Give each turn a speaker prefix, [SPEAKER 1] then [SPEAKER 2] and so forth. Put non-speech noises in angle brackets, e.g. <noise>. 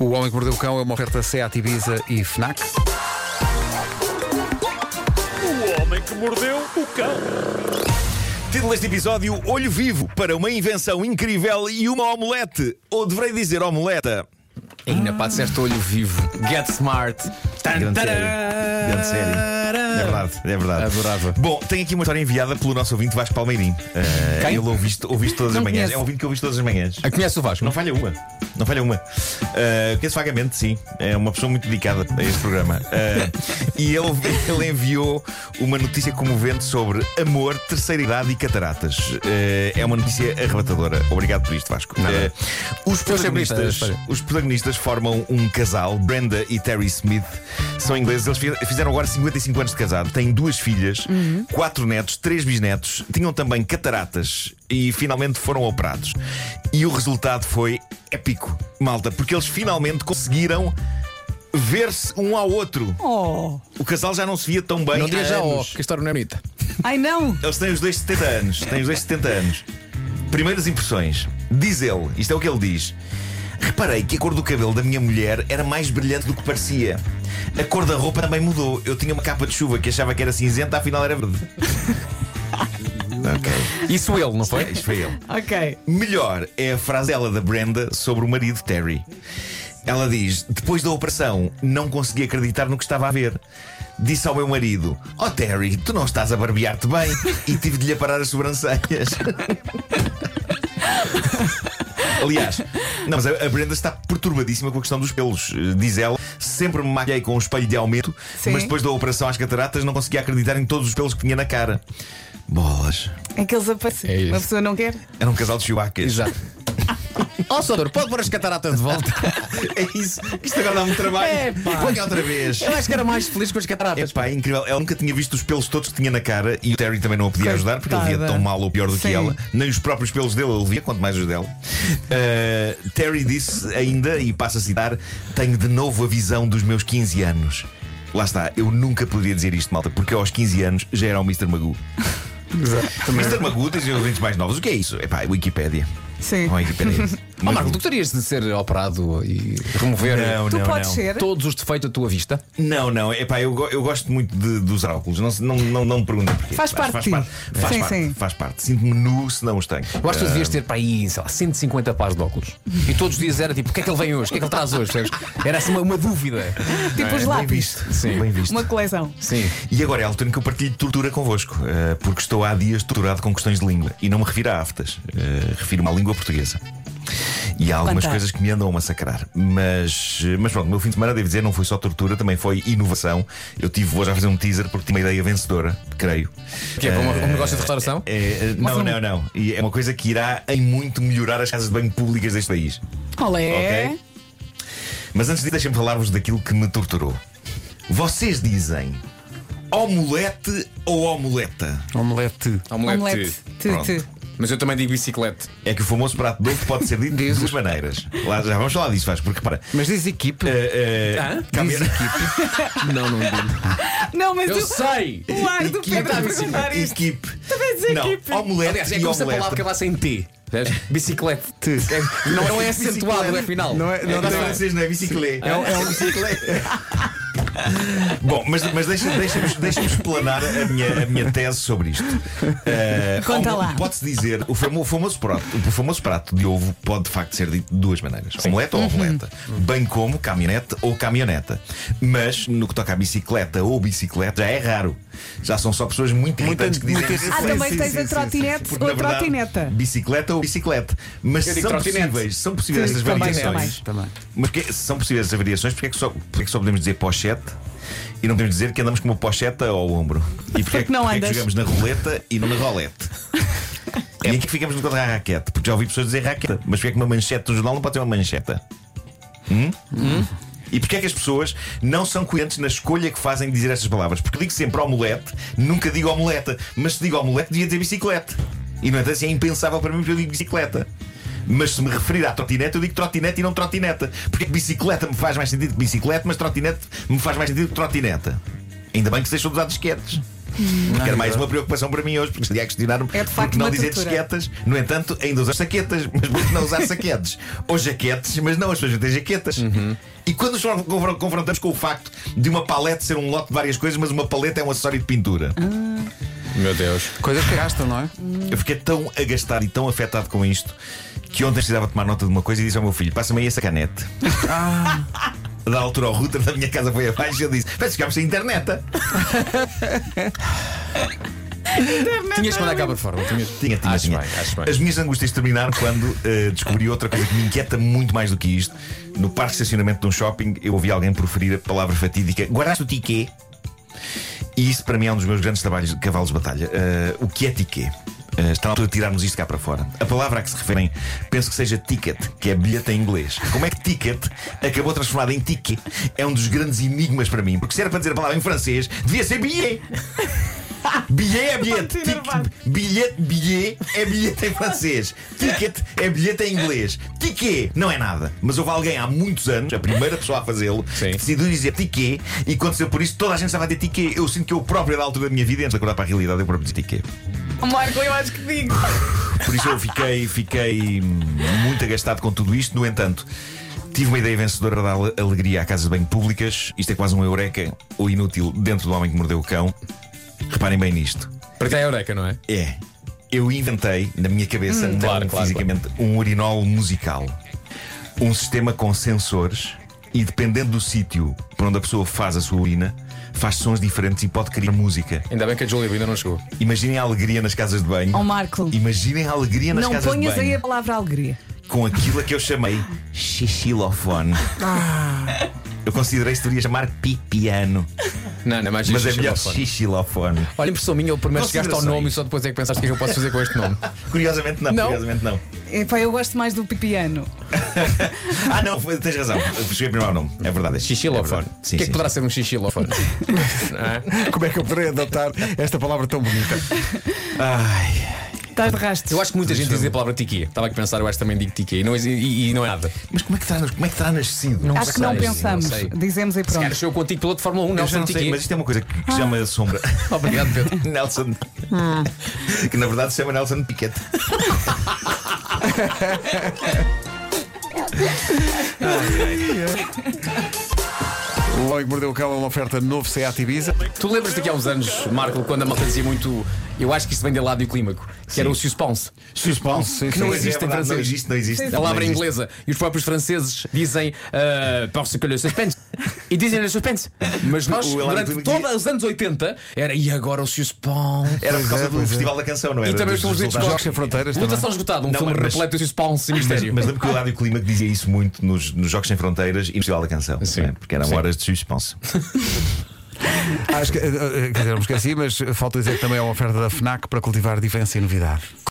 [SPEAKER 1] O Homem que Mordeu o Cão é uma oferta SEAT Ibiza e FNAC.
[SPEAKER 2] O homem que mordeu o cão.
[SPEAKER 3] Título deste episódio: Olho Vivo para uma invenção incrível e uma omelete. Ou deverei dizer omeleta.
[SPEAKER 4] Ainda pá, disseste olho vivo. Get smart.
[SPEAKER 3] Grande série. Grande série. É verdade, é verdade.
[SPEAKER 4] Adorava.
[SPEAKER 3] Bom, tem aqui uma história enviada pelo nosso ouvinte Vasco Palmeirim. Eh,
[SPEAKER 4] Quem?
[SPEAKER 3] ele ouvi ouviste todas
[SPEAKER 4] Não
[SPEAKER 3] as manhãs.
[SPEAKER 4] conheço.
[SPEAKER 3] É um ouvinte que ouviste todas as manhãs.
[SPEAKER 4] Ah, Conhece o Vasco?
[SPEAKER 3] Não falha uma. Não falha uma. Uh, conheço vagamente, sim. É uma pessoa muito dedicada a este programa. Uh, <laughs> e ele, ele enviou uma notícia comovente sobre amor, terceira idade e cataratas. Uh, é uma notícia arrebatadora. Obrigado por isto, Vasco. Uh, os,
[SPEAKER 4] Eu sei por isto,
[SPEAKER 3] protagonistas,
[SPEAKER 4] espera.
[SPEAKER 3] os protagonistas formam um casal, Brenda e Terry Smith. São ingleses. Eles fi- fizeram agora 55 anos de casado. Têm duas filhas,
[SPEAKER 4] Uhum.
[SPEAKER 3] quatro netos, três bisnetos. Tinham também cataratas e finalmente foram operados. E o resultado foi épico, malta, porque eles finalmente conseguiram ver-se um ao outro.
[SPEAKER 5] Oh.
[SPEAKER 3] O casal já não se via tão bem.
[SPEAKER 4] Não
[SPEAKER 3] há
[SPEAKER 4] digas já, ó,
[SPEAKER 3] anos.
[SPEAKER 4] que a história não é bonita.
[SPEAKER 5] Ai não!
[SPEAKER 3] Eles têm os dois 70 anos. Têm os dois 70 anos. Primeiras impressões. Diz ele, isto é o que ele diz. Reparei que a cor do cabelo da minha mulher era mais brilhante do que parecia. A cor da roupa também mudou. Eu tinha uma capa de chuva que achava que era cinzenta, afinal era verde. ok.
[SPEAKER 4] Isso ele, não foi?
[SPEAKER 3] É, Isto foi ele.
[SPEAKER 5] Ok.
[SPEAKER 3] Melhor é a frase dela da Brenda sobre o marido Terry. Ela diz: Depois da operação, não consegui acreditar no que estava a ver. Disse ao meu marido: Oh Terry, tu não estás a barbear-te bem. E tive de lhe aparar as sobrancelhas. <laughs> Aliás, não, mas a a Brenda está perturbadíssima com a questão dos pelos. Eh, Diz ela: Sempre me maquei com um espelho de aumento,
[SPEAKER 5] Sim.
[SPEAKER 3] mas depois da operação às cataratas, não conseguia acreditar em todos os pelos que tinha na cara. Bolas.
[SPEAKER 5] É que eles aparecem.
[SPEAKER 4] É isso.
[SPEAKER 5] Uma pessoa não quer?
[SPEAKER 3] Era um casal de chubacas.
[SPEAKER 4] Exato. Ó, Sodor, pode pôr as cataratas de volta?
[SPEAKER 3] <laughs> É isso. Isto agora dá muito trabalho. Põe é outra vez.
[SPEAKER 4] Eu acho que era mais feliz com as cataratas.
[SPEAKER 3] Epá, é incrível. Ela nunca tinha visto os pelos todos que tinha na cara e o Terry também não a podia ajudar porque ele via
[SPEAKER 5] Coitada.
[SPEAKER 3] tão mal ou pior do que
[SPEAKER 5] Sim.
[SPEAKER 3] ela. Nem os próprios pelos dele ele via, quanto mais os dela. Uh, Terry disse ainda, e passa a citar: Tenho de novo a visão dos meus 15 anos. Lá está, eu nunca poderia dizer isto, malta, porque eu aos 15 anos já era o Mr. Magoo. Mr. Magoo, dizem os ouvintes mais novos, o que é isso? Epá, é Wikipédia.
[SPEAKER 5] Sim.
[SPEAKER 3] Não
[SPEAKER 4] <laughs>
[SPEAKER 3] é Wikipédia.
[SPEAKER 4] Ó, Marco, tu gostarias de ser operado e remover
[SPEAKER 3] É, Não,
[SPEAKER 5] tu
[SPEAKER 3] Oh, não,
[SPEAKER 5] podes
[SPEAKER 3] não.
[SPEAKER 5] ser?
[SPEAKER 4] todos os defeitos da tua vista?
[SPEAKER 3] Não, não, epá, eu, go- eu gosto muito de, de usar óculos, não, se- não, não, não me perguntem porquê.
[SPEAKER 5] Faz parte
[SPEAKER 3] Faz
[SPEAKER 5] de ti.
[SPEAKER 3] parte, faz
[SPEAKER 5] Sim,
[SPEAKER 3] parte,
[SPEAKER 5] sim.
[SPEAKER 3] faz parte. Sinto-me nu se não os tenho. Eh,
[SPEAKER 4] Eu acho que tu devias ter para aí, sei lá, 150 pares de óculos. E todos os dias era tipo, o que é que ele vem hoje? O que é que ele traz hoje? Sabes? Era assim uma, uma dúvida.
[SPEAKER 5] Tipo os lápis.
[SPEAKER 4] Sim.
[SPEAKER 3] é Bem visto.
[SPEAKER 5] Uma coleção.
[SPEAKER 4] Sim.
[SPEAKER 3] E agora é a altura em que eu partilho tortura convosco, eh, porque estou há dias torturado com questões de língua. E não me refiro a aftas, eh, refiro-me à língua portuguesa. E há algumas
[SPEAKER 5] Quanta.
[SPEAKER 3] coisas que me andam a massacrar. Mas, eh, mas pronto, o meu fim de semana, devo dizer, não foi só tortura, também foi inovação. Eu tive, vou já fazer um teaser porque tinha uma ideia vencedora, creio. Eh,
[SPEAKER 4] Que é para uma- um negócio de restauração?
[SPEAKER 3] É, eh, não, não, não. E é uma coisa que irá em muito melhorar as casas de banho públicas deste país.
[SPEAKER 5] Olé!
[SPEAKER 3] Ok. Mas antes disso, deixem-me falar-vos daquilo que me torturou. Vocês dizem omelete ou omeleta?
[SPEAKER 4] é.
[SPEAKER 1] Omelete.
[SPEAKER 5] Omelete. Tu,
[SPEAKER 3] Pronto.
[SPEAKER 5] tu.
[SPEAKER 4] Mas eu também digo bicicleta.
[SPEAKER 3] É que o famoso prato de ovo pode ser dito de duas maneiras. Lá, já vamos falar disso, faz, porque eh, para.
[SPEAKER 1] Mas diz equipe.
[SPEAKER 4] Ah?
[SPEAKER 1] Diz equipe.
[SPEAKER 4] <laughs> Não, não digo.
[SPEAKER 5] Ah, Não, mas
[SPEAKER 4] Eu
[SPEAKER 5] o-
[SPEAKER 4] sei!
[SPEAKER 5] o ar do
[SPEAKER 3] Equipe,
[SPEAKER 5] Pedro a perguntar isto.
[SPEAKER 3] equipe.
[SPEAKER 5] vais dizer
[SPEAKER 3] Não,
[SPEAKER 5] equipe.
[SPEAKER 3] omelete
[SPEAKER 4] Aliás, é
[SPEAKER 3] e
[SPEAKER 4] como se a palavra
[SPEAKER 3] omeleta.
[SPEAKER 4] acabasse em T. percebes? Bicicleta. É- Não, não é acentuado, é final.
[SPEAKER 1] Não é- um,
[SPEAKER 3] Não, não,
[SPEAKER 4] não é.
[SPEAKER 3] francês, não é bicicleta. É, é bicicleta. <laughs> Bom, mas, mas deixa-me deixa deixa explanar a minha, a minha tese sobre isto. Eh,
[SPEAKER 5] Conta
[SPEAKER 3] omel-
[SPEAKER 5] lá.
[SPEAKER 3] Pode-se dizer, o famo- o famoso, prato, o famoso prato de ovo pode de facto ser dito de duas maneiras: omelete
[SPEAKER 5] Uhum.
[SPEAKER 3] ou omeleta. Bem como caminhonete ou caminhoneta. Mas no que toca à bicicleta ou bicicleta, já é raro. Já são só pessoas muito irritantes que dizem
[SPEAKER 5] Ah,
[SPEAKER 3] bicicleta.
[SPEAKER 5] também tens
[SPEAKER 1] Sim, sim,
[SPEAKER 5] a
[SPEAKER 1] sim, sim,
[SPEAKER 5] trotinete
[SPEAKER 3] Porque,
[SPEAKER 5] ou
[SPEAKER 3] na
[SPEAKER 5] a
[SPEAKER 3] verdade,
[SPEAKER 5] trotineta.
[SPEAKER 3] Bicicleta ou bicicleta. Mas
[SPEAKER 4] Eu digo
[SPEAKER 3] são
[SPEAKER 4] trotinete.
[SPEAKER 3] possíveis, são possíveis
[SPEAKER 5] Sim,
[SPEAKER 3] estas
[SPEAKER 5] também, é
[SPEAKER 3] variações.
[SPEAKER 5] também.
[SPEAKER 1] Também.
[SPEAKER 3] Mas porque são possíveis essas variações, porque é, que só, porque é que só podemos dizer pochete e não podemos dizer que andamos com uma pocheta ao ombro? E porque, é que-
[SPEAKER 5] Porque não
[SPEAKER 3] porque é que
[SPEAKER 5] andas.
[SPEAKER 3] jogamos na roleta e não na
[SPEAKER 5] <laughs>
[SPEAKER 3] rolete? E aqui que ficamos contra a raquete, porque já ouvi pessoas dizer raqueta, mas porque é que uma manchete do jornal não pode ter uma mancheta? Hum? E porque é que as pessoas não são coerentes na escolha que fazem de dizer estas palavras? Porque digo sempre omelete, nunca digo omeleta, mas se digo omelete, devia dizer bicicleta. E no entanto, assim, é impensável para mim porque eu digo bicicleta. Mas se me referir à trotinete, eu digo trotinete e não trotineta. Porque é que bicicleta me faz mais sentido que bicicleta, mas trotinete me faz mais sentido que trotineta. Ainda bem que se deixou de usar disquetes. Porque era mais uma preocupação para mim hoje, porque seria a questionar-me
[SPEAKER 5] É, de facto,
[SPEAKER 3] porque não
[SPEAKER 5] uma
[SPEAKER 3] dizer
[SPEAKER 5] tortura.
[SPEAKER 3] disquetas. No entanto, ainda usar saquetas, mas porque não usar saquetes? Ou jaquetes, mas não, as pessoas não têm jaquetas. E quando nos confron- confrontamos com o facto de uma paleta ser um lote de várias coisas, mas uma paleta é um acessório de pintura.
[SPEAKER 5] Ah.
[SPEAKER 4] Meu Deus.
[SPEAKER 1] Coisas que gastam, não é?
[SPEAKER 3] Eu fiquei tão agastado e tão afetado com isto que ontem precisava tomar nota de uma coisa e disse ao meu filho: passa-me aí essa caneta. <laughs> Da altura, o router da minha casa foi abaixo e ele disse: Mas ficámos sem internet. ah."
[SPEAKER 4] Tinhas que mandar cá para fora. Tinhas...
[SPEAKER 3] Tinha, tinha,
[SPEAKER 4] Acho
[SPEAKER 3] tinha.
[SPEAKER 4] bem, acho bem.
[SPEAKER 3] As minhas angústias terminaram quando eh, descobri outra coisa que me inquieta muito mais do que isto. No parque de estacionamento de um shopping, eu ouvi alguém proferir a palavra fatídica: Guardaste o tiquê? E isso para mim é um dos meus grandes trabalhos de cavalos de batalha. Eh, o que é tiquê? Eh, está na altura de tirarmos isto cá para fora. A palavra a que se referem, penso que seja ticket, que é bilhete em inglês. Como é que ticket acabou transformado em ticket? É um dos grandes enigmas para mim, porque se era para dizer a palavra em francês, devia ser
[SPEAKER 4] <laughs>
[SPEAKER 3] billet. Billet é bilhete.
[SPEAKER 5] Estou nervada.
[SPEAKER 3] Tic- Bilhete, bilhete é bilhete em francês. Ticket é bilhete em inglês. Tiquet não é nada. Mas houve alguém há muitos anos, a primeira pessoa a fazê-lo,
[SPEAKER 4] Sim.
[SPEAKER 3] que decidiu dizer tiquet e aconteceu por isso toda a gente estava a dizer tiquet. Eu sinto que eu próprio, da altura da minha vida, antes de acordar para a realidade, eu próprio disse tiquet.
[SPEAKER 5] Oh, Marco, eu acho que digo.
[SPEAKER 3] Por isso eu fiquei, fiquei hum, muito agastado com tudo isto. No entanto, tive uma ideia vencedora de dar ale- alegria a casas de banho públicas. Isto é quase um eureka ou inútil dentro do homem que mordeu o cão. Reparem bem nisto.
[SPEAKER 4] Para ti é a Eureka, não é? Hum.
[SPEAKER 3] É. Eu inventei na minha cabeça, não
[SPEAKER 4] Claro, claro,
[SPEAKER 3] fisicamente, um urinol musical. Um sistema com sensores e dependendo do sítio por onde a pessoa faz a sua urina, faz sons diferentes e pode criar música.
[SPEAKER 4] Ainda bem que a Júlia ainda não chegou.
[SPEAKER 3] Imaginem a alegria nas casas de banho.
[SPEAKER 5] Oh, Marco.
[SPEAKER 3] Imaginem a alegria nas
[SPEAKER 5] Não
[SPEAKER 3] casas de
[SPEAKER 5] ponhas
[SPEAKER 3] banho
[SPEAKER 5] aí a palavra alegria.
[SPEAKER 3] com aquilo a que eu chamei xixilofone. Eu considerei que se deveria chamar pipiano,
[SPEAKER 4] Não, não, mais
[SPEAKER 3] mas é
[SPEAKER 4] xixi
[SPEAKER 3] melhor
[SPEAKER 4] lá fora.
[SPEAKER 3] xixilofone.
[SPEAKER 4] Olha, impressão minha, eu primeiro chegaste ao nome e só depois é que pensaste o que é que eu posso fazer com este nome.
[SPEAKER 3] Curiosamente não,
[SPEAKER 4] Não.
[SPEAKER 3] curiosamente não.
[SPEAKER 5] Epá, É, eu gosto mais do pipiano.
[SPEAKER 3] Ah, não, foi- tens razão. Eu cheguei primeiro ao nome. É verdade. é
[SPEAKER 4] Xixilofone.
[SPEAKER 3] É verdade.
[SPEAKER 4] O que
[SPEAKER 3] Sim,
[SPEAKER 4] é que
[SPEAKER 3] sim.
[SPEAKER 4] poderá ser um xixilofone? Não é?
[SPEAKER 1] Como é que eu poderei adotar esta palavra tão bonita?
[SPEAKER 5] Estás de rastro.
[SPEAKER 4] Eu acho que muita gente diz a palavra tiquia. Estava aqui a pensar, eu acho que também digo tiquia. E não, exi- e, e não é nada.
[SPEAKER 3] Mas como é que terá, como é que terá nascido?
[SPEAKER 4] Não
[SPEAKER 5] Acho que não
[SPEAKER 4] sei,
[SPEAKER 5] pensamos.
[SPEAKER 4] não sei.
[SPEAKER 5] Dizemos e
[SPEAKER 4] Se
[SPEAKER 5] pronto.
[SPEAKER 4] calhar chegou contigo piloto de Fórmula 1,
[SPEAKER 3] Eu já
[SPEAKER 4] Nelson
[SPEAKER 3] não sei,
[SPEAKER 4] Tiquia.
[SPEAKER 3] mas <laughs> isto é uma coisa que, que se chama sombra. <laughs>
[SPEAKER 4] Obrigado, Pedro.
[SPEAKER 3] Nelson. que na verdade se chama Nelson Piquet.
[SPEAKER 1] O Homem que Mordeu o Cão é uma oferta novo Seat Ibiza.
[SPEAKER 4] Tu lembras-te aqui há uns anos, Marco, quando a malta dizia muito. Eu acho que isto vem da lado e clímaco, que era o suspense.
[SPEAKER 1] Suspense.
[SPEAKER 4] Não
[SPEAKER 3] Sim,
[SPEAKER 4] existe
[SPEAKER 3] é
[SPEAKER 4] em
[SPEAKER 3] verdade, Não
[SPEAKER 4] francês.
[SPEAKER 3] existe, não existe.
[SPEAKER 4] A
[SPEAKER 3] Não
[SPEAKER 4] palavra
[SPEAKER 3] existe.
[SPEAKER 4] inglesa. E os próprios franceses dizem. Uh, parce que le suspense. E dizem le suspense. Mas nós,
[SPEAKER 3] O Elan
[SPEAKER 4] durante
[SPEAKER 3] Clímaco dizia-
[SPEAKER 4] todos os anos 80, era. E agora o suspense?
[SPEAKER 3] Era por causa
[SPEAKER 1] é,
[SPEAKER 3] do
[SPEAKER 1] pois é.
[SPEAKER 3] Festival da Canção, não era?
[SPEAKER 4] E também os
[SPEAKER 3] Dos
[SPEAKER 4] filmes de
[SPEAKER 3] resultados.
[SPEAKER 1] Jogos Sem Fronteiras também.
[SPEAKER 4] Lutação esgotada, um
[SPEAKER 3] Não,
[SPEAKER 4] filme
[SPEAKER 3] mas-
[SPEAKER 4] repleto de suspense e
[SPEAKER 3] Mas,
[SPEAKER 4] mistério.
[SPEAKER 3] mas lembro que o Rádio Clima que dizia isso muito nos, nos Jogos Sem Fronteiras e no Festival da Canção.
[SPEAKER 4] Sim.
[SPEAKER 3] não é? Porque eram
[SPEAKER 4] Sim.
[SPEAKER 3] horas de suspense.
[SPEAKER 1] Acho que, eh, eh, quer dizer, não me esqueci, mas falta dizer que também é uma oferta da FNAC para cultivar diferença e novidade.